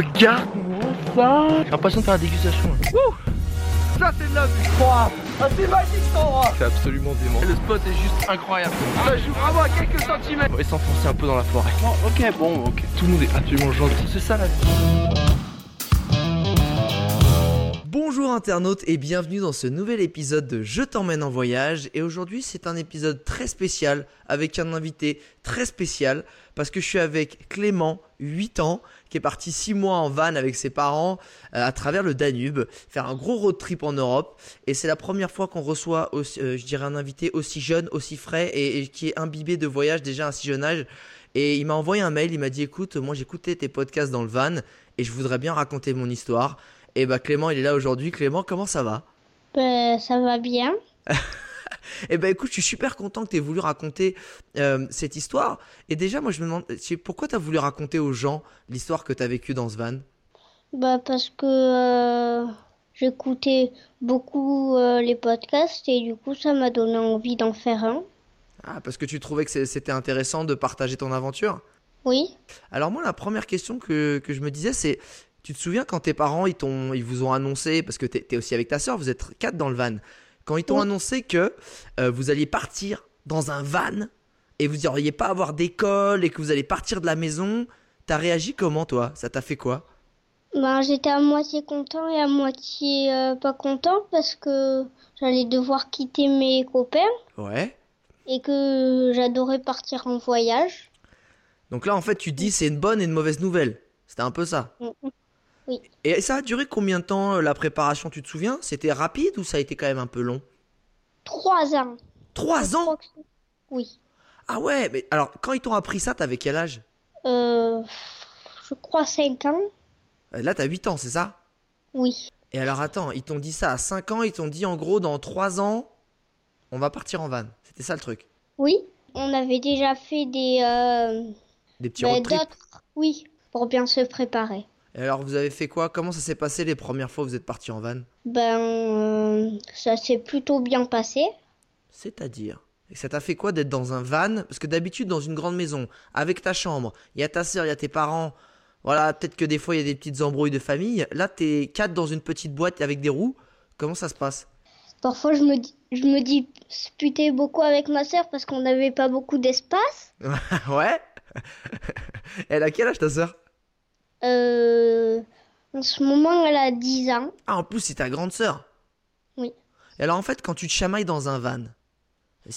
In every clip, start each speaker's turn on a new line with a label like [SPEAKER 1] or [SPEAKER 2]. [SPEAKER 1] Regarde-moi ça J'ai l'impression de faire la dégustation. hein. là. Ça c'est de la vue
[SPEAKER 2] Ouah. Ah, c'est magique cet endroit
[SPEAKER 1] C'est absolument dément. Et le spot est juste incroyable. hein. Ça joue vraiment à quelques centimètres. Oh, On va s'enfoncer un peu dans la forêt.
[SPEAKER 2] Bon, ok, bon, ok.
[SPEAKER 1] Tout le monde est absolument gentil. C'est ça la vie.
[SPEAKER 3] Bonjour internautes et bienvenue dans ce nouvel épisode de Je t'emmène en voyage et aujourd'hui c'est un épisode très spécial avec un invité très spécial parce que je suis avec Clément, 8 ans, qui est parti 6 mois en van avec ses parents euh, à travers le Danube, faire un gros road trip en Europe et c'est la première fois qu'on reçoit aussi- euh, je dirais un invité aussi jeune, aussi frais et, et qui est imbibé de voyage déjà à un si jeune âge et il m'a envoyé un mail, il m'a dit écoute moi j'écoutais tes podcasts dans le van et je voudrais bien raconter mon histoire et bah Clément, il est là aujourd'hui. Clément, comment ça va
[SPEAKER 4] Ben, ça va bien.
[SPEAKER 3] Eh ben écoute, je suis super content que tu aies voulu raconter euh, cette histoire. Et déjà, moi, je me demande c'est- pourquoi tu as voulu raconter aux gens l'histoire que tu as vécue dans ce van
[SPEAKER 4] Bah, parce que euh, j'écoutais beaucoup euh, les podcasts et du coup, ça m'a donné envie d'en faire un.
[SPEAKER 3] Ah, parce que tu trouvais que c'est- c'était intéressant de partager ton aventure
[SPEAKER 4] Oui.
[SPEAKER 3] Alors moi, la première question que, que je me disais, c'est, tu te souviens quand tes parents, ils, t'ont, ils vous ont annoncé, parce que t'es es aussi avec ta sœur, vous êtes quatre dans le van, quand ils t'ont
[SPEAKER 4] Oui.
[SPEAKER 3] annoncé que euh, vous alliez partir dans un van et vous n'auriez pas à avoir d'école et que vous allez partir de la maison, t'as réagi comment toi Ça t'a fait quoi
[SPEAKER 4] Ben, j'étais à moitié content et à moitié euh, pas content parce que j'allais devoir quitter mes copains
[SPEAKER 3] Ouais.
[SPEAKER 4] et que j'adorais partir en voyage.
[SPEAKER 3] Donc là, en fait, tu te dis c'est une bonne et une mauvaise nouvelle. C'était un peu ça.
[SPEAKER 4] Oui.
[SPEAKER 3] Et ça a duré combien de temps euh, la préparation, tu te souviens C'était rapide ou ça a été quand même un peu long
[SPEAKER 4] Trois ans.
[SPEAKER 3] Trois
[SPEAKER 4] Je crois
[SPEAKER 3] ans
[SPEAKER 4] que c'est- Oui.
[SPEAKER 3] Ah ouais, mais alors quand ils t'ont appris ça, t'avais quel âge
[SPEAKER 4] Euh, je crois cinq ans.
[SPEAKER 3] Euh, Là, t'as 8 ans, c'est ça
[SPEAKER 4] Oui.
[SPEAKER 3] Et alors, attends, ils t'ont dit ça à 5 ans, ils t'ont dit en gros, dans 3 ans, on va partir en van. C'était ça le truc.
[SPEAKER 4] Oui. On avait déjà fait des... euh,
[SPEAKER 3] Des petits
[SPEAKER 4] Ben,
[SPEAKER 3] road trips.
[SPEAKER 4] d'autres, oui, pour bien se préparer.
[SPEAKER 3] Et alors, vous avez fait quoi Comment ça s'est passé les premières fois où vous êtes partis en van
[SPEAKER 4] Ben, euh, ça s'est plutôt bien passé.
[SPEAKER 3] C'est-à-dire Et ça t'a fait quoi d'être dans un van Parce que d'habitude, dans une grande maison, avec ta chambre, il y a ta sœur, il y a tes parents. Voilà, peut-être que des fois, il y a des petites embrouilles de famille. Là, t'es 4 dans une petite boîte avec des roues. Comment ça se passe
[SPEAKER 4] Parfois, je me, dis- je me disputais beaucoup avec ma sœur parce qu'on n'avait pas beaucoup d'espace.
[SPEAKER 3] Ouais Elle a quel âge ta sœur
[SPEAKER 4] Euh, en ce moment, elle a 10 ans.
[SPEAKER 3] Ah, en plus, c'est ta grande sœur.
[SPEAKER 4] Oui.
[SPEAKER 3] Et alors, en fait, quand tu te chamailles dans un van,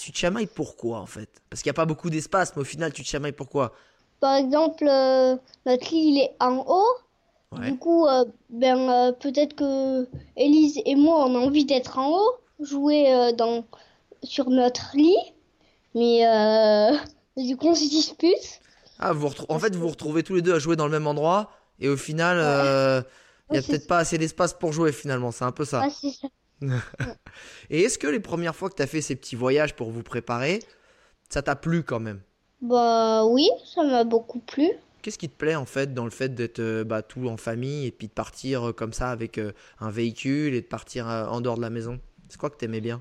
[SPEAKER 3] tu te chamailles pourquoi, en fait Parce qu'il n'y a pas beaucoup d'espace, mais au final, tu te chamailles pourquoi
[SPEAKER 4] Par exemple, euh, notre lit, il est en haut. Du coup, euh, ben, euh, peut-être que Elise et moi, on a envie d'être en haut, jouer euh, dans, sur notre lit. Mais euh, du coup, on se dispute.
[SPEAKER 3] Ah, vous vous retrou- en fait, vous vous retrouvez tous les deux à jouer dans le même endroit, et au final,
[SPEAKER 4] Ouais.
[SPEAKER 3] euh, il n'y a
[SPEAKER 4] Oui, c'est
[SPEAKER 3] peut-être pas assez d'espace pour jouer, finalement. C'est un peu ça.
[SPEAKER 4] Ah, c'est ça.
[SPEAKER 3] Et est-ce que les premières fois que tu as fait ces petits voyages pour vous préparer, ça t'a plu quand même
[SPEAKER 4] Bah oui, ça m'a beaucoup plu.
[SPEAKER 3] Qu'est-ce qui te plaît en fait dans le fait d'être euh, bah, tout en famille et puis de partir euh, comme ça avec euh, un véhicule et de partir euh, en dehors de la maison C'est quoi que t'aimais bien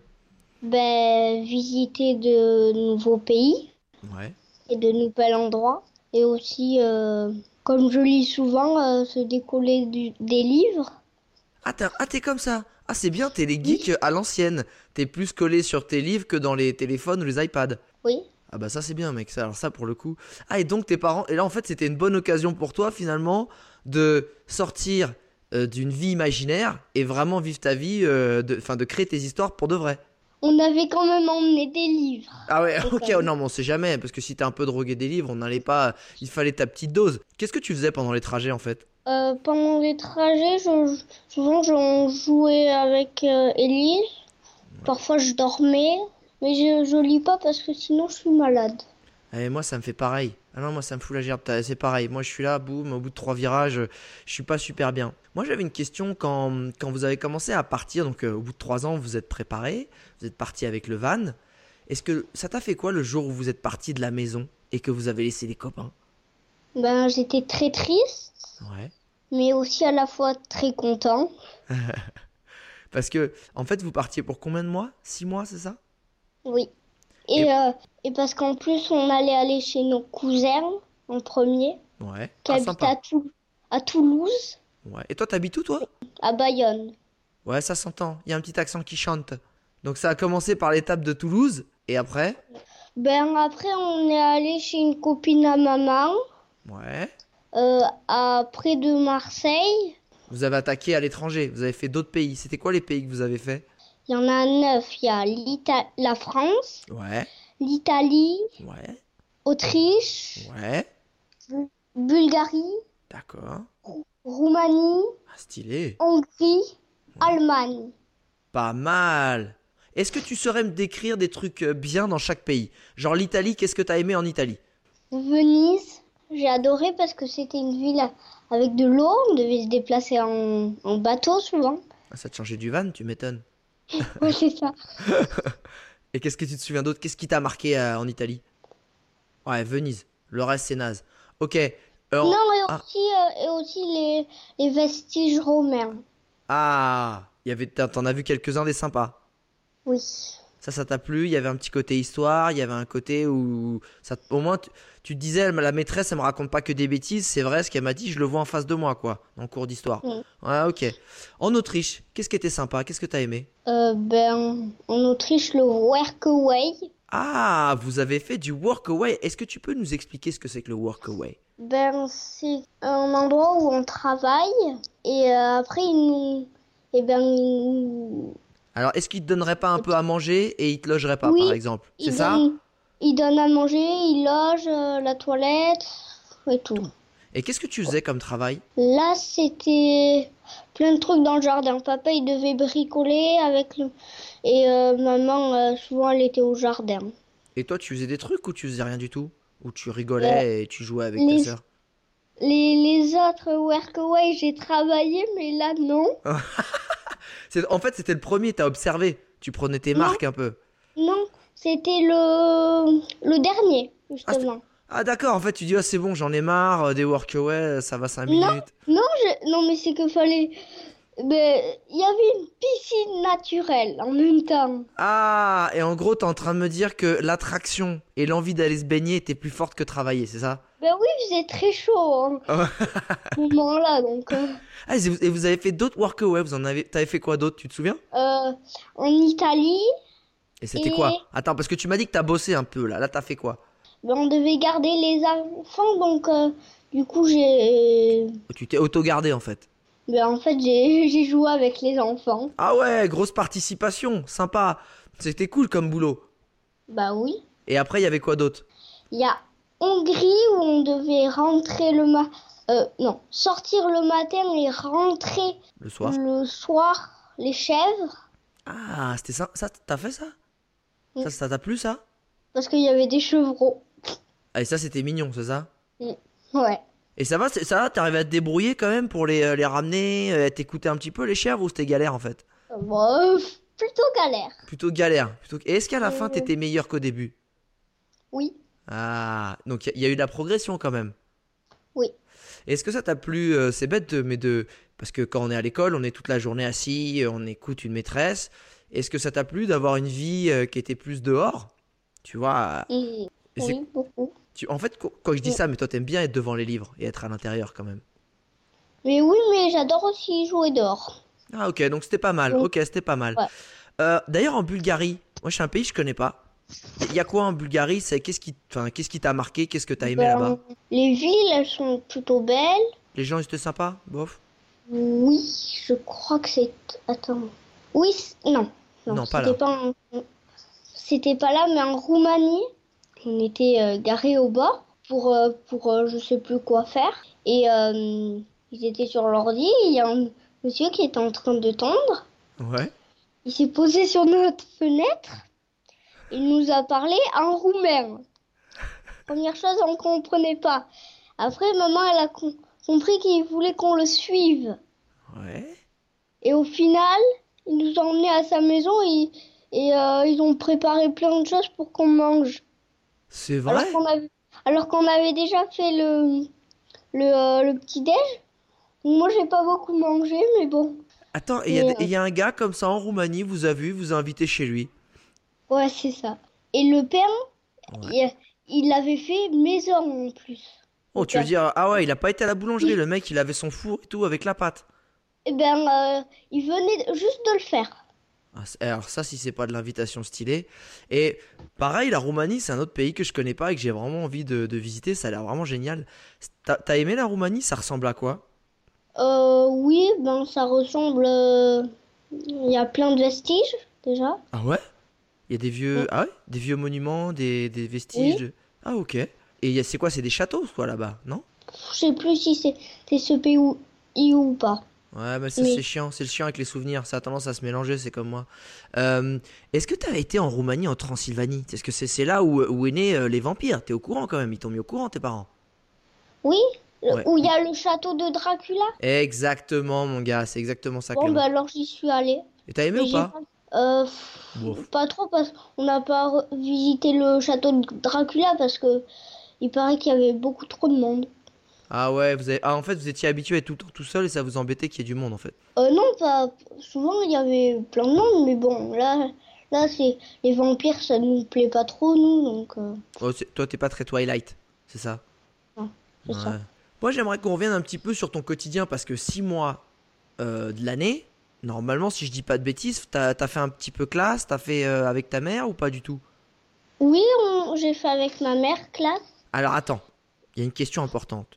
[SPEAKER 4] Ben, visiter de nouveaux pays
[SPEAKER 3] Ouais.
[SPEAKER 4] et de nouveaux endroits. Et aussi, euh, comme je lis souvent, euh, se décoller du- des livres.
[SPEAKER 3] Ah, t'as- ah, t'es comme ça Ah, c'est bien, t'es les geeks à l'ancienne. T'es plus collé sur tes livres que dans les téléphones ou les iPads.
[SPEAKER 4] Oui,
[SPEAKER 3] Ah bah ça c'est bien mec, ça, alors ça pour le coup. Ah et donc tes parents, et là en fait c'était une bonne occasion pour toi finalement de sortir euh, d'une vie imaginaire et vraiment vivre ta vie, euh, de, enfin de créer tes histoires pour de vrai.
[SPEAKER 4] on avait quand même emmené des livres.
[SPEAKER 3] Ah ouais,
[SPEAKER 4] C'est
[SPEAKER 3] ok,
[SPEAKER 4] ça.
[SPEAKER 3] non mais on sait jamais, parce que si t'es un peu drogué des livres, on n'allait pas, il fallait ta petite dose. Qu'est-ce que tu faisais pendant les trajets en fait
[SPEAKER 4] Euh, pendant les trajets, je- souvent je- on jouait avec euh, Elise. Parfois je dormais, mais je, je lis pas parce que sinon je suis malade.
[SPEAKER 3] Ah, Et moi, ça me fait pareil. Ah non, moi, ça me fout la gerbe. T'as- C'est pareil. Moi, je suis là, boum, au bout de trois virages, euh, je suis pas super bien. Moi, j'avais une question quand, quand vous avez commencé à partir, donc euh, au bout de trois ans, vous êtes préparé, vous êtes parti avec le van. Est-ce que ça t'a fait quoi le jour où vous êtes parti de la maison et que vous avez laissé les copains
[SPEAKER 4] Ben, j'étais très triste.
[SPEAKER 3] Ouais.
[SPEAKER 4] mais aussi à la fois très content.
[SPEAKER 3] Parce que, en fait, vous partiez pour combien de mois Six mois, c'est ça
[SPEAKER 4] Oui. Et,
[SPEAKER 3] Et-
[SPEAKER 4] euh, et parce qu'en plus, on allait aller chez nos cousins en premier, qui
[SPEAKER 3] Ouais. Ah,
[SPEAKER 4] habitent à, Tou- à Toulouse,
[SPEAKER 3] Ouais. Et toi, t'habites où, toi
[SPEAKER 4] à Bayonne.
[SPEAKER 3] Ouais, ça s'entend. Il y a un petit accent qui chante. Donc ça a commencé par l'étape de Toulouse. Et après
[SPEAKER 4] Ben après, on est allé chez une copine à maman,
[SPEAKER 3] Ouais.
[SPEAKER 4] euh, à près de Marseille.
[SPEAKER 3] Vous avez attaqué à l'étranger. Vous avez fait d'autres pays. C'était quoi les pays que vous avez fait
[SPEAKER 4] Il y en a neuf. Il y a l'Ita- la France,
[SPEAKER 3] Ouais.
[SPEAKER 4] l'Italie,
[SPEAKER 3] Ouais.
[SPEAKER 4] Autriche,
[SPEAKER 3] Ouais.
[SPEAKER 4] Bulgarie,
[SPEAKER 3] D'accord.
[SPEAKER 4] Roumanie,
[SPEAKER 3] Ah, stylé.
[SPEAKER 4] Hongrie, Allemagne.
[SPEAKER 3] Pas mal. Est-ce que tu saurais me décrire des trucs euh, bien dans chaque pays Genre l'Italie, qu'est-ce que t'as aimé en Italie
[SPEAKER 4] Venise, j'ai adoré parce que c'était une ville avec de l'eau. On devait se déplacer en, en bateau souvent.
[SPEAKER 3] Ah, Ça te changeait du van, tu m'étonnes.
[SPEAKER 4] Ouais, c'est ça.
[SPEAKER 3] Et qu'est-ce que tu te souviens d'autre Qu'est-ce qui t'a marqué euh, en Italie Ouais, Venise. Le reste, c'est naze. Ok. euh, en-
[SPEAKER 4] Non, et
[SPEAKER 3] Ah.
[SPEAKER 4] aussi, euh, et aussi les, les vestiges romains.
[SPEAKER 3] Ah il y avait... T'en t'en as vu quelques-uns des sympas.
[SPEAKER 4] Oui.
[SPEAKER 3] Ça, ça t'a plu Il y avait un petit côté histoire, il y avait un côté où. Ça, au moins, tu, tu te disais, la maîtresse, elle me raconte pas que des bêtises, c'est vrai, ce qu'elle m'a dit, je le vois en face de moi, quoi, en cours d'histoire.
[SPEAKER 4] Oui.
[SPEAKER 3] Ouais, ok. En Autriche, qu'est-ce qui était sympa Qu'est-ce que t'as aimé
[SPEAKER 4] Euh, ben, en Autriche, le Workaway.
[SPEAKER 3] Ah, vous avez fait du workaway. Est-ce que tu peux nous expliquer ce que c'est que le workaway
[SPEAKER 4] Ben, c'est un endroit où on travaille et euh, après, ils nous. Et ben, ils nous-
[SPEAKER 3] Alors, est-ce qu'ils te donneraient pas un peu à manger et ils te logeraient pas,
[SPEAKER 4] Oui,
[SPEAKER 3] par exemple C'est
[SPEAKER 4] ils
[SPEAKER 3] ça
[SPEAKER 4] donnent, ils donnent à manger, ils logent, euh, la toilette et tout.
[SPEAKER 3] Et qu'est-ce que tu faisais comme travail
[SPEAKER 4] Là, c'était plein de trucs dans le jardin. Papa, il devait bricoler avec le... Et euh, maman, euh, souvent, elle était au jardin.
[SPEAKER 3] Et toi, tu faisais des trucs ou tu faisais rien du tout Ou tu rigolais et tu jouais avec ta
[SPEAKER 4] les-
[SPEAKER 3] sœur
[SPEAKER 4] Les, les autres workaway, j'ai travaillé, mais là, non.
[SPEAKER 3] C'est- En fait, c'était le premier, t'as observé. Tu prenais tes
[SPEAKER 4] Non.
[SPEAKER 3] marques un peu.
[SPEAKER 4] Non, c'était le, le dernier,
[SPEAKER 3] Ah, c'était-
[SPEAKER 4] justement.
[SPEAKER 3] Ah d'accord, en fait tu dis ah c'est bon j'en ai marre, euh, des workaway ça va 5 minutes.
[SPEAKER 4] Je- Non, mais c'est que fallait... Ben, il y avait une piscine naturelle en même temps.
[SPEAKER 3] Ah et en gros t'es en train de me dire que l'attraction et l'envie d'aller se baigner étaient plus fortes que travailler, c'est ça
[SPEAKER 4] Ben oui, il faisait très chaud en
[SPEAKER 3] Ah.
[SPEAKER 4] ce moment-là, donc... euh,
[SPEAKER 3] Ah et vous, et vous avez fait d'autres workaway, vous en avez t'avais fait quoi d'autre, tu te souviens
[SPEAKER 4] euh, en Italie,
[SPEAKER 3] Et c'était
[SPEAKER 4] Et-
[SPEAKER 3] quoi Attends parce que tu m'as dit que t'as bossé un peu là, là t'as fait quoi
[SPEAKER 4] Ben, on devait garder les enfants, donc euh, du coup, j'ai. euh,
[SPEAKER 3] Tu t'es auto-gardé en fait.
[SPEAKER 4] Ben, en fait, j'ai j'ai joué avec les enfants.
[SPEAKER 3] Ah ouais, grosse participation, sympa. C'était cool comme boulot.
[SPEAKER 4] Bah oui.
[SPEAKER 3] Et après il y avait quoi d'autre
[SPEAKER 4] Il y a Hongrie où on devait rentrer le ma... euh, non, sortir le matin et rentrer
[SPEAKER 3] Le soir
[SPEAKER 4] le soir les chèvres.
[SPEAKER 3] Ah, c'était ça, ça t'as fait ça
[SPEAKER 4] Oui.
[SPEAKER 3] Ça ça t'a plu ça
[SPEAKER 4] Parce qu'il y avait des chevreaux.
[SPEAKER 3] Ah et ça c'était mignon, c'est ça
[SPEAKER 4] Ouais.
[SPEAKER 3] Et ça va, c'est- ça va, t'arrives à te débrouiller quand même pour les, euh, les ramener, euh, t'écouter un petit peu les chèvres ou c'était galère en fait
[SPEAKER 4] Euh, bon, euh, plutôt galère.
[SPEAKER 3] Plutôt galère. Plutôt... Et est-ce qu'à la fin
[SPEAKER 4] Euh.
[SPEAKER 3] t'étais meilleur qu'au début
[SPEAKER 4] Oui.
[SPEAKER 3] Ah, donc il y, a- y a eu de la progression quand même.
[SPEAKER 4] Oui.
[SPEAKER 3] Est-ce que ça t'a plu euh, C'est bête, de- mais de. Parce que quand on est à l'école, on est toute la journée assis, euh, on écoute une maîtresse. Est-ce que ça t'a plu d'avoir une vie euh, qui était plus dehors Tu vois, euh,
[SPEAKER 4] Et-
[SPEAKER 3] et c'est-
[SPEAKER 4] Oui, beaucoup.
[SPEAKER 3] tu... en fait, quand quand je dis
[SPEAKER 4] Oui.
[SPEAKER 3] ça, mais toi t'aimes bien être devant les livres et être à l'intérieur quand même.
[SPEAKER 4] Mais oui, mais j'adore aussi jouer dehors.
[SPEAKER 3] Ah ok, donc c'était pas mal.
[SPEAKER 4] Oui.
[SPEAKER 3] Ok, c'était pas mal.
[SPEAKER 4] Mm. Ouais.
[SPEAKER 3] Euh, D'ailleurs en Bulgarie, moi je suis un pays que je connais pas. Il y a quoi en Bulgarie C'est qu'est-ce qui, enfin qu'est-ce qui t'a marqué Qu'est-ce que t'as aimé
[SPEAKER 4] Ben,
[SPEAKER 3] là-bas
[SPEAKER 4] Les villes, elles sont plutôt belles.
[SPEAKER 3] Les gens ils étaient sympas, bof.
[SPEAKER 4] Oui, je crois que c'est. Attends. Oui, c- non.
[SPEAKER 3] Non, pas
[SPEAKER 4] c'était
[SPEAKER 3] là.
[SPEAKER 4] pas en- C'était pas là, mais en Roumanie, on était euh, garés au bord pour, euh, pour euh, je sais plus quoi faire. Et euh, ils étaient sur l'ordi. et Il y a un monsieur qui était en train de tendre.
[SPEAKER 3] Ouais.
[SPEAKER 4] Il s'est posé sur notre fenêtre. Il nous a parlé en roumain. Première chose, on comprenait pas. Après, maman, elle a com- compris qu'il voulait qu'on le suive.
[SPEAKER 3] Ouais.
[SPEAKER 4] Et au final, ils nous ont emmenés à sa maison et, et, euh, ils ont préparé plein de choses pour qu'on mange.
[SPEAKER 3] C'est
[SPEAKER 4] Alors
[SPEAKER 3] vrai.
[SPEAKER 4] qu'on avait, alors qu'on avait déjà fait le, le, euh, le petit-déj. Moi, j'ai pas beaucoup mangé, mais bon.
[SPEAKER 3] Attends, et il y a
[SPEAKER 4] Mais, euh,
[SPEAKER 3] des- et il y, a un gars comme ça en Roumanie, vous a vu, vous a invité chez lui.
[SPEAKER 4] Ouais, c'est ça. Et le pain,
[SPEAKER 3] Ouais.
[SPEAKER 4] il, il l'avait fait maison en plus.
[SPEAKER 3] Oh, tu veux dire, ah ouais, il a pas été à la boulangerie, le mec, il avait son four et tout avec la pâte.
[SPEAKER 4] Eh ben, euh, il venait juste de le faire.
[SPEAKER 3] Ah, c'est- Alors ça, si c'est pas de l'invitation stylée. Et pareil, la Roumanie, c'est un autre pays que je connais pas et que j'ai vraiment envie de, de visiter. Ça a l'air vraiment génial. T'as t'as aimé la Roumanie? Ça ressemble à quoi?
[SPEAKER 4] Euh, oui, ben ça ressemble. euh, Il y a plein de vestiges déjà.
[SPEAKER 3] Ah ouais? Il y a des vieux, ah ouais? Des vieux monuments, des, des vestiges de- Ah ok. Et il y a- c'est quoi? C'est des châteaux, quoi, là-bas, non?
[SPEAKER 4] Je sais plus si c'est c'est ce pays où, y ou pas.
[SPEAKER 3] Ouais, mais ça,
[SPEAKER 4] Oui.
[SPEAKER 3] c'est chiant. C'est le chiant avec les souvenirs. Ça a tendance à se mélanger, c'est comme moi. Euh, est-ce que t'as été en Roumanie, en Transylvanie? Est-ce que c'est c'est là où, où est né euh, les vampires? T'es au courant quand même? Ils t'ont mis au courant, tes parents?
[SPEAKER 4] Oui, le-
[SPEAKER 3] Ouais.
[SPEAKER 4] où il y a le château de Dracula.
[SPEAKER 3] Exactement, mon gars. C'est exactement ça,
[SPEAKER 4] Bon,
[SPEAKER 3] Clément.
[SPEAKER 4] ben alors j'y suis allée.
[SPEAKER 3] Et t'as aimé
[SPEAKER 4] Mais
[SPEAKER 3] ou
[SPEAKER 4] j'ai
[SPEAKER 3] pas?
[SPEAKER 4] Euh, pff,
[SPEAKER 3] Bof.
[SPEAKER 4] pas trop parce qu'on n'a pas re- visité le château de Dracula parce que il paraît qu'il y avait beaucoup trop de monde.
[SPEAKER 3] Ah ouais, vous avez... ah, en fait vous étiez habitué à être tout le temps tout seul et ça vous embêtait qu'il y ait du monde en fait.
[SPEAKER 4] Euh, non, pas souvent il y avait plein de monde, mais bon, là, là c'est les vampires, ça nous plaît pas trop nous, donc euh,
[SPEAKER 3] Oh, c'est- Toi t'es pas très Twilight, c'est ça?
[SPEAKER 4] c'est ça.
[SPEAKER 3] Ouais. Moi j'aimerais qu'on revienne un petit peu sur ton quotidien parce que 6 mois euh, de l'année, normalement si je dis pas de bêtises, t'as as fait un petit peu classe, t'as fait euh, avec ta mère ou pas du tout?
[SPEAKER 4] Oui, on- j'ai fait avec ma mère classe.
[SPEAKER 3] Alors attends, il y a une question importante.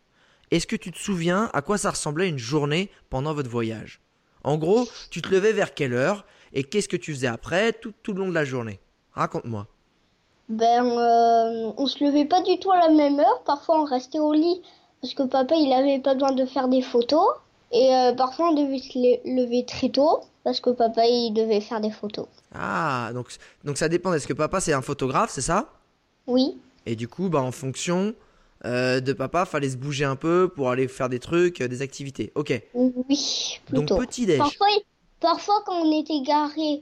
[SPEAKER 3] Est-ce que tu te souviens à quoi ça ressemblait une journée pendant votre voyage? En gros, tu te levais vers quelle heure et qu'est-ce que tu faisais après tout, tout le long de la journée? Raconte-moi.
[SPEAKER 4] Ben, euh, on se levait pas du tout à la même heure. Parfois, on restait au lit parce que papa, il avait pas besoin de faire des photos. Et euh, parfois, on devait se lé- lever très tôt parce que papa, il devait faire des photos.
[SPEAKER 3] Ah, donc, donc ça dépend. Est-ce que papa c'est un photographe, c'est ça?
[SPEAKER 4] Oui,
[SPEAKER 3] Et du coup, bah, en fonction euh, de papa, fallait se bouger un peu pour aller faire des trucs, euh, des activités. Ok.
[SPEAKER 4] oui,
[SPEAKER 3] Donc
[SPEAKER 4] plutôt.
[SPEAKER 3] petit déj.
[SPEAKER 4] Parfois, il- parfois, quand on était garé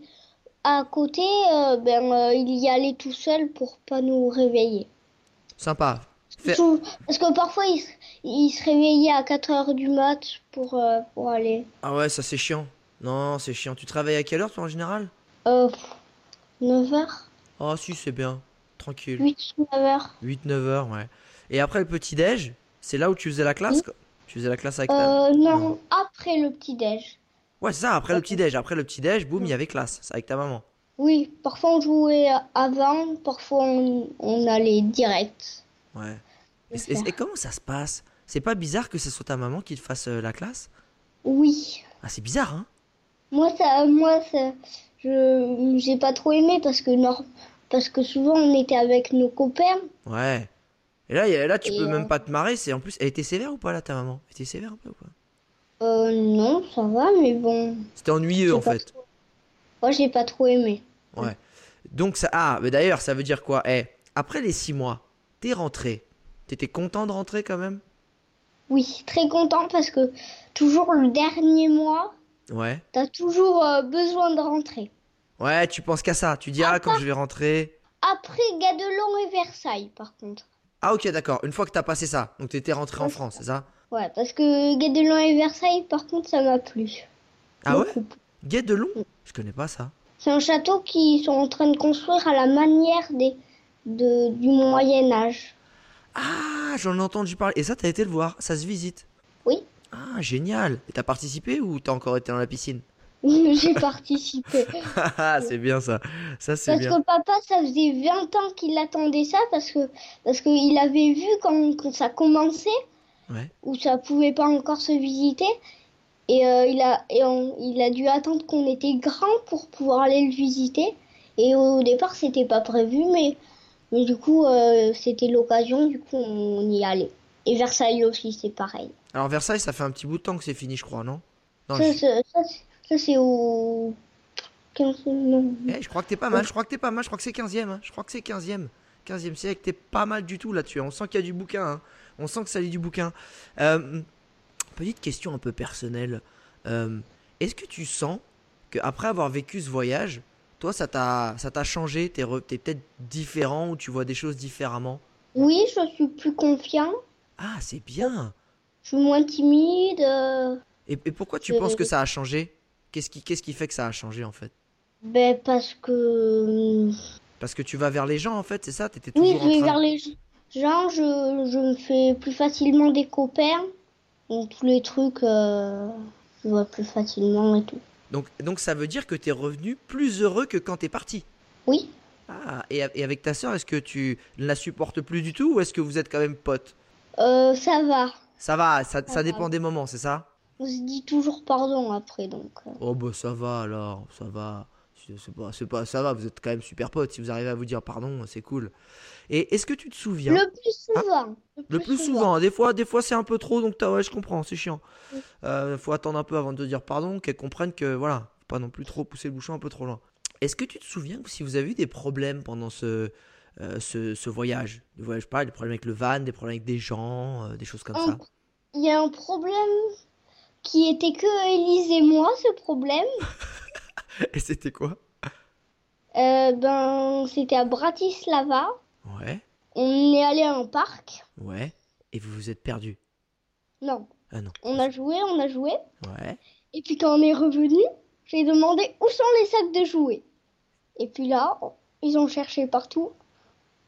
[SPEAKER 4] à côté, euh, ben, euh, il y allait tout seul pour pas nous réveiller.
[SPEAKER 3] Sympa. Faire-
[SPEAKER 4] Tout- Parce que parfois, il se, il se réveillait à 4 heures du mat pour, euh, pour aller.
[SPEAKER 3] Ah ouais, ça c'est chiant. Non, c'est chiant. Tu travailles à quelle heure toi en général?
[SPEAKER 4] Euh, 9 heures
[SPEAKER 3] Ah si, c'est bien. Tranquille.
[SPEAKER 4] 8 ou 9 heures.
[SPEAKER 3] 8-9 heures, ouais. Et après le petit déj, c'est là où tu faisais la classe,
[SPEAKER 4] Oui.
[SPEAKER 3] quoi. Tu faisais la classe avec ta...
[SPEAKER 4] Euh,
[SPEAKER 3] Non.
[SPEAKER 4] non, après le petit-déj.
[SPEAKER 3] Ouais, c'est ça, après le petit déj. Après le petit déj,
[SPEAKER 4] Mm.
[SPEAKER 3] boum, il y avait classe. C'est avec ta maman.
[SPEAKER 4] Oui, parfois on jouait avant, parfois on, on allait direct.
[SPEAKER 3] Ouais. Et,
[SPEAKER 4] le
[SPEAKER 3] et-
[SPEAKER 4] faire.
[SPEAKER 3] et comment ça se passe? C'est pas bizarre que ce soit ta maman qui te fasse euh, la classe?
[SPEAKER 4] Oui,
[SPEAKER 3] Ah, c'est bizarre, hein?
[SPEAKER 4] moi ça, moi ça, je, j'ai pas trop aimé parce que nor- parce que souvent on était avec nos copains.
[SPEAKER 3] Ouais. Et là, y a- là tu
[SPEAKER 4] Et,
[SPEAKER 3] peux même
[SPEAKER 4] euh,
[SPEAKER 3] pas te marrer. C'est en plus, elle était sévère ou pas là, ta maman? Elle était sévère un peu ou quoi?
[SPEAKER 4] Euh, non, ça va, mais bon,
[SPEAKER 3] C'était ennuyeux
[SPEAKER 4] j'ai
[SPEAKER 3] en
[SPEAKER 4] pas
[SPEAKER 3] fait.
[SPEAKER 4] trop- moi j'ai pas trop aimé.
[SPEAKER 3] Ouais. Donc ça, ah, mais d'ailleurs, ça veut dire quoi? Eh, après les six mois, t'es rentré. T'étais content de rentrer quand même?
[SPEAKER 4] Oui, très content parce que toujours le dernier mois,
[SPEAKER 3] Ouais.
[SPEAKER 4] t'as toujours euh, besoin de rentrer.
[SPEAKER 3] Ouais, tu penses qu'à ça. Tu dis ah quand je vais rentrer.
[SPEAKER 4] Après Gadelon et Versailles, par contre.
[SPEAKER 3] Ah ok, d'accord. Une fois que t'as passé ça, donc t'étais rentré en France, c'est ça?
[SPEAKER 4] Ouais, parce que Guédelon et Versailles, par contre, ça m'a plu.
[SPEAKER 3] Ah ouais?
[SPEAKER 4] Beaucoup.
[SPEAKER 3] Guet de Long? Je connais pas ça.
[SPEAKER 4] C'est un château qu'ils sont en train de construire à la manière des, de, du Moyen Âge.
[SPEAKER 3] Ah, j'en ai entendu parler. Et ça, t'as été le voir. Ça se visite.
[SPEAKER 4] Oui.
[SPEAKER 3] Ah, génial. Et t'as participé ou t'as encore été dans la piscine?
[SPEAKER 4] J'ai participé.
[SPEAKER 3] Ah, c'est bien ça. Ça, c'est
[SPEAKER 4] Parce
[SPEAKER 3] bien.
[SPEAKER 4] que papa, ça faisait 20 ans qu'il attendait ça, parce que parce qu'il avait vu quand, quand ça commençait,
[SPEAKER 3] Ouais.
[SPEAKER 4] où ça pouvait pas encore se visiter. Et, euh, il, a, et on- il a dû attendre qu'on était grand pour pouvoir aller le visiter. Et au départ, c'était pas prévu, mais, mais du coup, euh, c'était l'occasion, du coup, on y allait. Et Versailles aussi, c'est pareil.
[SPEAKER 3] Alors Versailles, ça fait un petit bout de temps que c'est fini, je crois, non? Non,
[SPEAKER 4] Ça,
[SPEAKER 3] je...
[SPEAKER 4] c'est- ça, c'est- ça, c'est au. 15 non.
[SPEAKER 3] Eh, je crois que t'es pas mal, je crois que t'es pas mal, je crois que c'est 15e, hein. Je crois que c'est 15e. 15e siècle, t'es pas mal du tout là-dessus. hein. On sent qu'il y a du bouquin, hein. On sent que ça lit du bouquin. Euh, petite question un peu personnelle. Euh, Est-ce que tu sens qu'après avoir vécu ce voyage, toi, ça t'a ça t'a changé? T'es re- t'es peut-être différent ou tu vois des choses différemment?
[SPEAKER 4] Oui, je suis plus confiant,
[SPEAKER 3] Ah, c'est bien!
[SPEAKER 4] je suis moins timide. euh,
[SPEAKER 3] Et, et pourquoi tu
[SPEAKER 4] Euh,
[SPEAKER 3] penses que ça a changé? Qu'est-ce qui, qu'est-ce qui fait que ça a changé en fait?
[SPEAKER 4] Ben parce que euh,
[SPEAKER 3] Parce que tu vas vers les gens en fait, c'est ça? T'étais
[SPEAKER 4] oui,
[SPEAKER 3] toujours
[SPEAKER 4] je
[SPEAKER 3] en
[SPEAKER 4] vais
[SPEAKER 3] train de-
[SPEAKER 4] vers les gens. Genre, je, je me fais plus facilement des copains. Donc, tous les trucs, euh, je vois plus facilement et tout.
[SPEAKER 3] Donc, donc ça veut dire que t'es revenu plus heureux que quand t'es parti.
[SPEAKER 4] Oui.
[SPEAKER 3] Ah, et, a- et avec ta sœur, est-ce que tu ne la supportes plus du tout ou est-ce que vous êtes quand même potes
[SPEAKER 4] Euh, ça va.
[SPEAKER 3] Ça va, ça, ça
[SPEAKER 4] va.
[SPEAKER 3] dépend des moments, c'est ça
[SPEAKER 4] On se dit toujours pardon après, donc. euh,
[SPEAKER 3] Oh bah ça va alors, ça va. C'est c'est pas, c'est pas, ça va, vous êtes quand même super potes. Si vous arrivez à vous dire pardon, c'est cool. Et est-ce que tu te souviens
[SPEAKER 4] Le plus souvent.
[SPEAKER 3] Ah, Le plus souvent, hein. des fois, des fois c'est un peu trop, donc t'as- ouais, je comprends, c'est chiant. Euh, faut attendre un peu avant de te dire pardon, qu'elles comprennent que voilà, faut pas non plus trop pousser le bouchon un peu trop loin. Est-ce que tu te souviens si vous avez eu des problèmes pendant ce, euh, ce, ce voyage Le voyage, je parle, des problèmes avec le van, des problèmes avec des gens, euh, des choses comme ça.
[SPEAKER 4] Un- Il y a un problème qui était que Élise et moi, ce problème. Oh.
[SPEAKER 3] Et c'était quoi
[SPEAKER 4] Euh, ben, c'était à Bratislava.
[SPEAKER 3] Ouais,
[SPEAKER 4] On est allé à un parc.
[SPEAKER 3] ouais. Et vous vous êtes perdu.
[SPEAKER 4] Non.
[SPEAKER 3] Ah non.
[SPEAKER 4] On a joué, on a joué.
[SPEAKER 3] Ouais.
[SPEAKER 4] Et puis quand on est revenu, j'ai demandé où sont les sacs de jouets. Et puis là, on- ils ont cherché partout.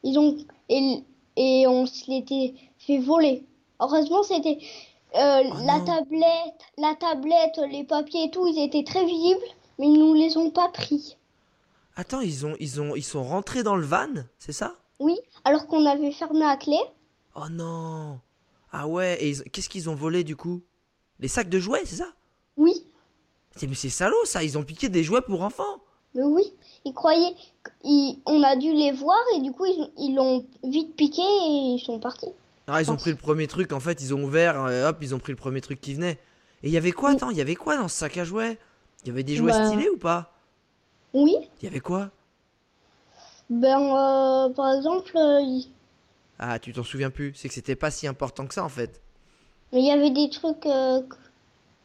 [SPEAKER 4] Ils ont et, et on se l'était fait voler. Heureusement, c'était euh,
[SPEAKER 3] Oh
[SPEAKER 4] la
[SPEAKER 3] non.
[SPEAKER 4] tablette, la tablette, les papiers et tout. Ils étaient très visibles, mais ils nous les ont pas pris.
[SPEAKER 3] Attends, ils ont, ils ont, ils sont rentrés dans le van, c'est ça
[SPEAKER 4] Oui, alors qu'on avait fermé à clé.
[SPEAKER 3] Oh non Ah ouais, et ils- qu'est-ce qu'ils ont volé du coup Les sacs de jouets, c'est ça
[SPEAKER 4] Oui,
[SPEAKER 3] C'est mais c'est salaud ça, ils ont piqué des jouets pour enfants.
[SPEAKER 4] mais oui. Ils croyaient qu'on a dû les voir et du coup ils ils l'ont vite piqué et ils sont partis.
[SPEAKER 3] Ah, ils ont
[SPEAKER 4] Oh.
[SPEAKER 3] pris le premier truc en fait, ils ont ouvert, euh, hop, ils ont pris le premier truc qui venait. Et il y avait quoi
[SPEAKER 4] Oui.
[SPEAKER 3] Attends, il y avait quoi dans ce sac à jouets Il y avait des jouets
[SPEAKER 4] Bah.
[SPEAKER 3] stylés ou pas
[SPEAKER 4] Oui.
[SPEAKER 3] Il y avait quoi
[SPEAKER 4] Ben, euh, par exemple, euh, il
[SPEAKER 3] Ah, tu t'en souviens plus, c'est que c'était pas si important que ça en fait.
[SPEAKER 4] mais il y avait des trucs euh, que-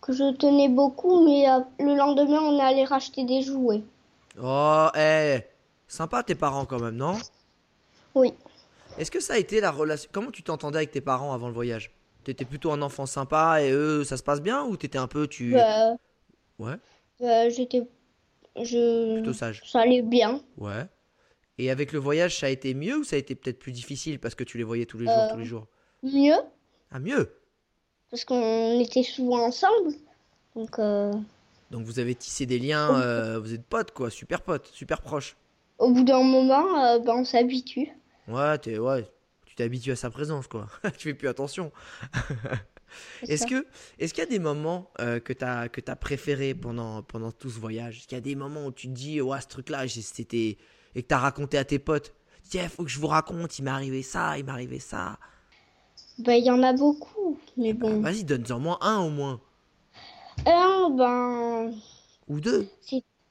[SPEAKER 4] que je tenais beaucoup, mais euh, le lendemain, on est allé racheter des jouets.
[SPEAKER 3] Oh, eh Sympa tes parents quand même, non
[SPEAKER 4] Oui.
[SPEAKER 3] Est-ce que ça a été la relation Comment tu t'entendais avec tes parents avant le voyage T'étais plutôt un enfant sympa et eux, ça se passe bien ou t'étais un peu, tu...
[SPEAKER 4] Euh,
[SPEAKER 3] Ouais.
[SPEAKER 4] euh, j'étais.
[SPEAKER 3] Plutôt
[SPEAKER 4] Je.
[SPEAKER 3] sage.
[SPEAKER 4] Ça allait bien.
[SPEAKER 3] Ouais. Et avec le voyage, ça a été mieux ou ça a été peut-être plus difficile parce que tu les voyais tous les jours,
[SPEAKER 4] Euh.
[SPEAKER 3] tous les jours
[SPEAKER 4] Mieux,
[SPEAKER 3] Ah, mieux
[SPEAKER 4] parce qu'on était souvent ensemble. Donc, euh,
[SPEAKER 3] Donc vous avez tissé des liens, euh, vous êtes potes quoi, super potes, super proches.
[SPEAKER 4] au bout d'un moment, euh, ben, on s'habitue.
[SPEAKER 3] Ouais, t'es, ouais, tu t'habitues à sa présence quoi, tu fais plus attention.
[SPEAKER 4] C'est
[SPEAKER 3] Est-ce
[SPEAKER 4] ça.
[SPEAKER 3] que, est-ce qu'il y a des moments euh, que t'as que t'as préféré pendant pendant tout ce voyage Est-ce qu'il y a des moments où tu te dis ouais ce truc là c'était et que t'as raconté à tes potes Tiens, faut que je vous raconte, il m'est arrivé ça, il m'est arrivé ça.
[SPEAKER 4] Ben, il y en a beaucoup,
[SPEAKER 3] Eh
[SPEAKER 4] mais bon.
[SPEAKER 3] Vas-y, donne-en moi un au moins
[SPEAKER 4] Un, ben.
[SPEAKER 3] ou deux.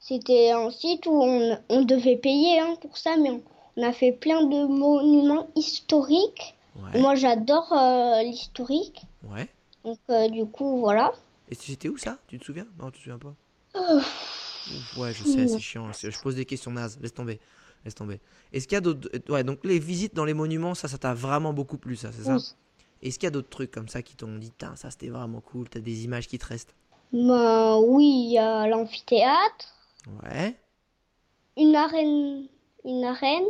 [SPEAKER 4] C'était un site où on, on devait payer hein, pour ça, mais on, on a fait plein de monuments historiques.
[SPEAKER 3] Ouais,
[SPEAKER 4] Moi, j'adore euh, l'historique.
[SPEAKER 3] ouais.
[SPEAKER 4] Donc, euh, du coup, voilà.
[SPEAKER 3] Et c'était où ça Tu te souviens Non, tu te souviens pas
[SPEAKER 4] Euh,
[SPEAKER 3] Ouf, ouais, je sais,
[SPEAKER 4] Ouh.
[SPEAKER 3] c'est chiant. c'est- Je pose des questions nazes. Laisse tomber. Laisse tomber. Est-ce qu'il y a d'autres. euh, Ouais, donc les visites dans les monuments, ça, ça t'a vraiment beaucoup plu, ça, c'est ça
[SPEAKER 4] oui.
[SPEAKER 3] Est-ce qu'il y a d'autres trucs comme ça qui t'ont dit, Tain, ça c'était vraiment cool, t'as des images qui te restent
[SPEAKER 4] Ben, oui, il y a l'amphithéâtre,
[SPEAKER 3] Ouais,
[SPEAKER 4] une arène, une arène,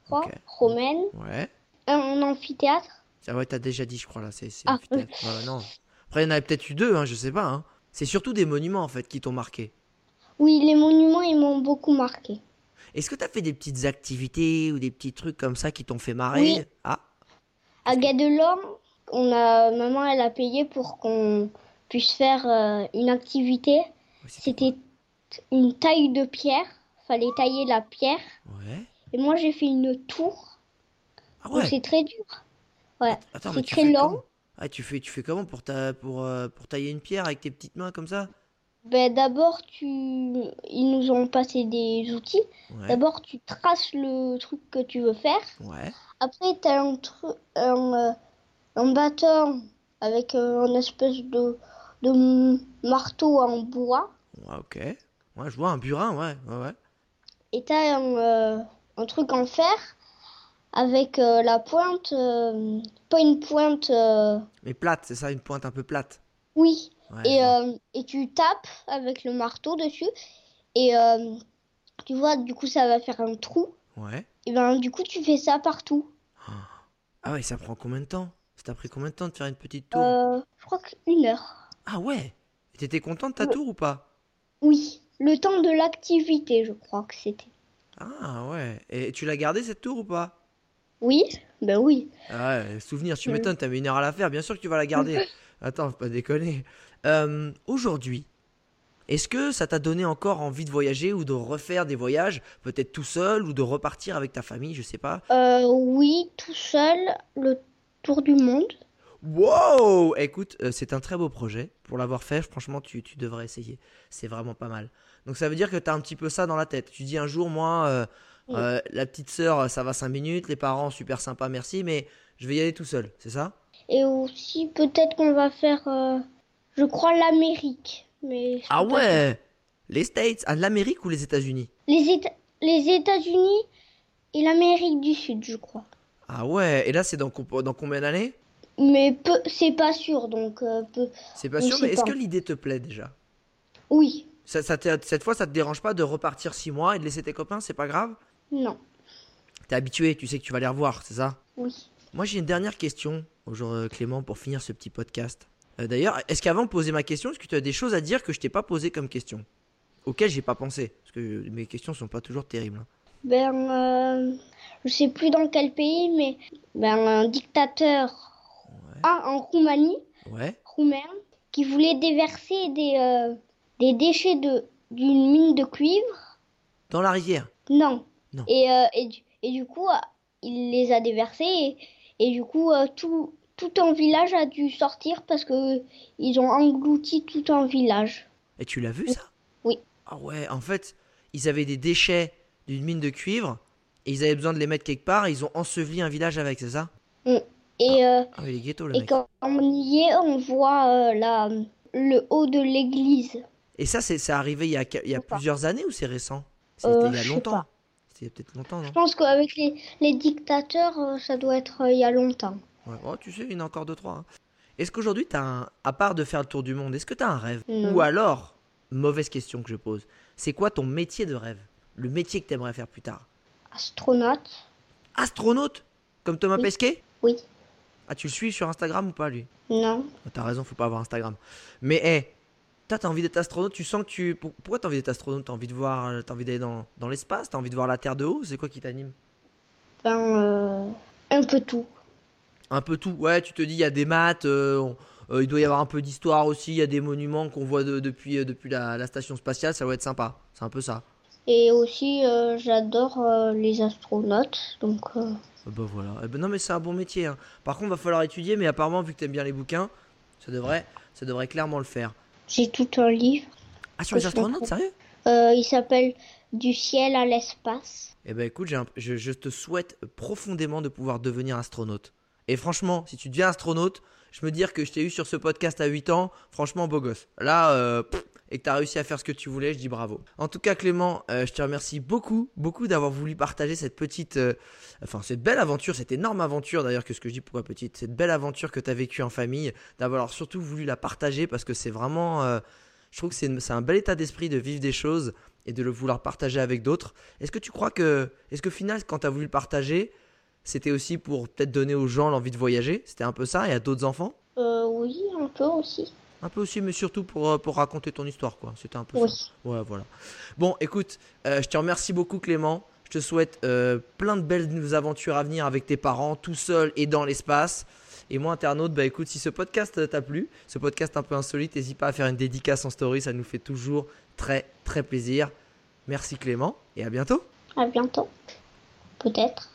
[SPEAKER 4] je crois,
[SPEAKER 3] Ok.
[SPEAKER 4] romaine,
[SPEAKER 3] ouais.
[SPEAKER 4] un, amphithéâtre.
[SPEAKER 3] Ah ouais, t'as déjà dit, je crois, là. C'est. c'est-
[SPEAKER 4] Ah.
[SPEAKER 3] putain, ouais, non. Après, il y en avait peut-être eu deux, hein, je sais pas. hein. C'est surtout des monuments, en fait, qui t'ont marqué.
[SPEAKER 4] Oui, les monuments, ils m'ont beaucoup marqué.
[SPEAKER 3] Est-ce que t'as fait des petites activités ou des petits trucs comme ça qui t'ont fait marrer
[SPEAKER 4] Oui.
[SPEAKER 3] Ah,
[SPEAKER 4] À Gadelorme, on a, maman, elle a payé pour qu'on puisse faire euh, une activité.
[SPEAKER 3] ouais, c'était
[SPEAKER 4] C'était une taille de pierre. Fallait tailler la pierre.
[SPEAKER 3] quoi Ouais.
[SPEAKER 4] Et moi, j'ai fait une tour.
[SPEAKER 3] Ah
[SPEAKER 4] Donc,
[SPEAKER 3] ouais.
[SPEAKER 4] c'est très dur.
[SPEAKER 3] Attends,
[SPEAKER 4] C'est
[SPEAKER 3] mais tu
[SPEAKER 4] très
[SPEAKER 3] fais
[SPEAKER 4] lent.
[SPEAKER 3] comment Ah, tu fais, tu fais comment pour, ta, pour, euh, pour tailler une pierre avec tes petites mains comme ça
[SPEAKER 4] Ben, d'abord, tu... ils nous ont passé des outils.
[SPEAKER 3] Ouais.
[SPEAKER 4] D'abord, tu traces le truc que tu veux faire.
[SPEAKER 3] Ouais.
[SPEAKER 4] Après, tu as un, tru- un, euh, un bâton avec euh, une espèce de... de m- marteau en bois.
[SPEAKER 3] Ouais, ok. Ouais, je vois un burin, ouais. Ouais, ouais.
[SPEAKER 4] Et tu as un, euh, un truc en fer avec euh, la pointe. euh, Pas une pointe. euh,
[SPEAKER 3] Mais plate, c'est ça, une pointe un peu plate.
[SPEAKER 4] Oui,
[SPEAKER 3] Ouais, je
[SPEAKER 4] Et,
[SPEAKER 3] vois.
[SPEAKER 4] euh, et tu tapes avec le marteau dessus. Et euh, tu vois, du coup, ça va faire un trou.
[SPEAKER 3] Ouais.
[SPEAKER 4] Et ben, du coup, tu fais ça partout.
[SPEAKER 3] Ah ouais, ça prend combien de temps Ça t'a pris combien de temps de faire une petite tour
[SPEAKER 4] Euh, je crois qu'une heure.
[SPEAKER 3] Ah ouais Et T'étais content de ta tour ou pas
[SPEAKER 4] Oui, le temps de l'activité, je crois que c'était.
[SPEAKER 3] Ah ouais. Et tu l'as gardée cette tour ou pas
[SPEAKER 4] Oui, ben oui.
[SPEAKER 3] Ah ouais, souvenir, tu
[SPEAKER 4] Oui.
[SPEAKER 3] m'étonnes, t'avais une heure à la faire, bien sûr que tu vas la garder. Attends, faut pas déconner. Euh, Aujourd'hui, est-ce que ça t'a donné encore envie de voyager ou de refaire des voyages, peut-être tout seul ou de repartir avec ta famille, je sais pas
[SPEAKER 4] Euh, oui, tout seul, le tour du monde.
[SPEAKER 3] Wow Écoute, euh, c'est un très beau projet. Pour l'avoir fait, franchement, tu, tu devrais essayer. C'est vraiment pas mal. Donc ça veut dire que t'as un petit peu ça dans la tête. Tu dis un jour, moi, euh,
[SPEAKER 4] Oui.
[SPEAKER 3] euh, la petite sœur, ça va 5 minutes, les parents, super sympa, merci, mais je vais y aller tout seul, c'est ça
[SPEAKER 4] Et aussi, peut-être qu'on va faire, euh, je crois, l'Amérique. Mais je
[SPEAKER 3] Ah
[SPEAKER 4] suis pas sûre.
[SPEAKER 3] ouais Les States, ah, l'Amérique ou les États-Unis
[SPEAKER 4] Les, Éta- les États-Unis et l'Amérique du Sud, je crois.
[SPEAKER 3] Ah ouais, et là c'est dans, comp- dans combien d'années
[SPEAKER 4] Mais peu, c'est pas sûr, donc euh, peu-
[SPEAKER 3] C'est pas
[SPEAKER 4] Je
[SPEAKER 3] sûr,
[SPEAKER 4] sais
[SPEAKER 3] mais est-ce
[SPEAKER 4] pas.
[SPEAKER 3] que l'idée te plaît déjà
[SPEAKER 4] oui,
[SPEAKER 3] ça, ça t'est- Cette fois ça te dérange pas de repartir 6 mois et de laisser tes copains, c'est pas grave
[SPEAKER 4] non,
[SPEAKER 3] T'es habitué, tu sais que tu vas les revoir, c'est ça
[SPEAKER 4] oui.
[SPEAKER 3] Moi j'ai une dernière question, bonjour euh, Clément, pour finir ce petit podcast. Euh, D'ailleurs, est-ce qu'avant de poser ma question, est-ce que tu as des choses à dire que je t'ai pas posé comme question Auxquelles j'ai pas pensé, parce que mes questions sont pas toujours terribles. hein.
[SPEAKER 4] Ben, euh, je sais plus dans quel pays, mais ben, un dictateur ah, en Roumanie,
[SPEAKER 3] Ouais
[SPEAKER 4] roumain, qui voulait déverser des, euh, des déchets de d'une mine de cuivre.
[SPEAKER 3] Dans la rivière
[SPEAKER 4] Non.
[SPEAKER 3] Non.
[SPEAKER 4] Et, euh, et, du- et du coup, euh, il les a déversés et, et du coup, euh, tout, tout un village a dû sortir parce que ils ont englouti tout un village.
[SPEAKER 3] Et tu l'as vu
[SPEAKER 4] Oui.
[SPEAKER 3] ça
[SPEAKER 4] Oui.
[SPEAKER 3] Ah ouais, en fait, ils avaient des déchets d'une mine de cuivre et ils avaient besoin de les mettre quelque part et ils ont enseveli un village avec, c'est ça
[SPEAKER 4] Et, euh,
[SPEAKER 3] Ah, il est ghetto le
[SPEAKER 4] et
[SPEAKER 3] mec.
[SPEAKER 4] quand on y est, on voit euh, la, le haut de l'église.
[SPEAKER 3] Et ça, c'est c'est arrivé il y a, il y a
[SPEAKER 4] Je sais pas.
[SPEAKER 3] plusieurs années ou c'est récent
[SPEAKER 4] Euh,
[SPEAKER 3] C'était il y a
[SPEAKER 4] je sais
[SPEAKER 3] longtemps.
[SPEAKER 4] pas.
[SPEAKER 3] C'était il y a peut-être longtemps, non
[SPEAKER 4] Je pense qu'avec les, les dictateurs, euh, ça doit être euh, il y a longtemps.
[SPEAKER 3] Ouais. Oh, tu sais, il y en a encore deux, trois. hein. Est-ce qu'aujourd'hui, t'as un... à part de faire le tour du monde, est-ce que t'as un rêve
[SPEAKER 4] Non.
[SPEAKER 3] Ou alors, mauvaise question que je pose, c'est quoi ton métier de rêve Le métier que t'aimerais faire plus tard
[SPEAKER 4] Astronaute,
[SPEAKER 3] Astronaute Comme Thomas
[SPEAKER 4] Oui.
[SPEAKER 3] Pesquet
[SPEAKER 4] Oui.
[SPEAKER 3] Ah, tu le suis sur Instagram ou pas, lui
[SPEAKER 4] non.
[SPEAKER 3] Ah, T'as raison, faut pas avoir Instagram. Mais hé, toi t'as envie d'être astronaute, tu sens que tu... pour- Pourquoi t'as envie d'être astronaute T'as envie de voir, euh, t'as envie d'aller dans, dans l'espace, t'as envie de voir la Terre de haut, c'est quoi qui t'anime
[SPEAKER 4] Ben, euh, un peu tout.
[SPEAKER 3] Un peu tout, ouais, tu te dis, il y a des maths, euh, on- euh, il doit y avoir un peu d'histoire aussi, il y a des monuments qu'on voit de- depuis, euh, depuis la, la station spatiale, ça doit être sympa, c'est un peu ça.
[SPEAKER 4] Et aussi, euh, j'adore euh, les astronautes, donc. euh,
[SPEAKER 3] Euh, Bah voilà, Eh ben, non mais c'est un bon métier, hein. par contre va falloir étudier, mais apparemment vu que t'aimes bien les bouquins, ça devrait, ça devrait clairement le faire.
[SPEAKER 4] J'ai tout un livre.
[SPEAKER 3] Ah sur les
[SPEAKER 4] Je
[SPEAKER 3] astronautes,
[SPEAKER 4] comprends.
[SPEAKER 3] sérieux
[SPEAKER 4] Euh, il s'appelle Du ciel à l'espace.
[SPEAKER 3] Eh ben écoute, j'ai un- je, je te souhaite profondément de pouvoir devenir astronaute. Et franchement, si tu deviens astronaute, je me dire que je t'ai eu sur ce podcast à 8 ans, franchement beau gosse. Là, euh, pff, et que t'as réussi à faire ce que tu voulais, je dis bravo. En tout cas Clément, euh, je te remercie beaucoup, beaucoup d'avoir voulu partager cette petite, euh, enfin cette belle aventure, cette énorme aventure d'ailleurs que ce que je dis pourquoi petite, cette belle aventure que t'as vécue en famille, d'avoir surtout voulu la partager parce que c'est vraiment, euh, je trouve que c'est c'est un bel état d'esprit de vivre des choses et de le vouloir partager avec d'autres. Est-ce que tu crois que. Est-ce que au final, quand tu as voulu le partager, c'était aussi pour peut-être donner aux gens l'envie de voyager C'était un peu ça, et à d'autres enfants
[SPEAKER 4] Euh, oui, un peu aussi.
[SPEAKER 3] Un peu aussi, mais surtout pour, euh, pour raconter ton histoire, quoi. C'était un peu
[SPEAKER 4] Oui.
[SPEAKER 3] ça. Ouais, voilà. Bon, écoute, euh, je te remercie beaucoup, Clément. Je te souhaite euh, plein de belles aventures à venir avec tes parents, tout seul et dans l'espace. Et moi, internaute, bah écoute, si ce podcast euh, t'a plu, ce podcast un peu insolite, n'hésite pas à faire une dédicace en story, ça nous fait toujours très très plaisir. Merci Clément et à bientôt.
[SPEAKER 4] À bientôt. Peut-être.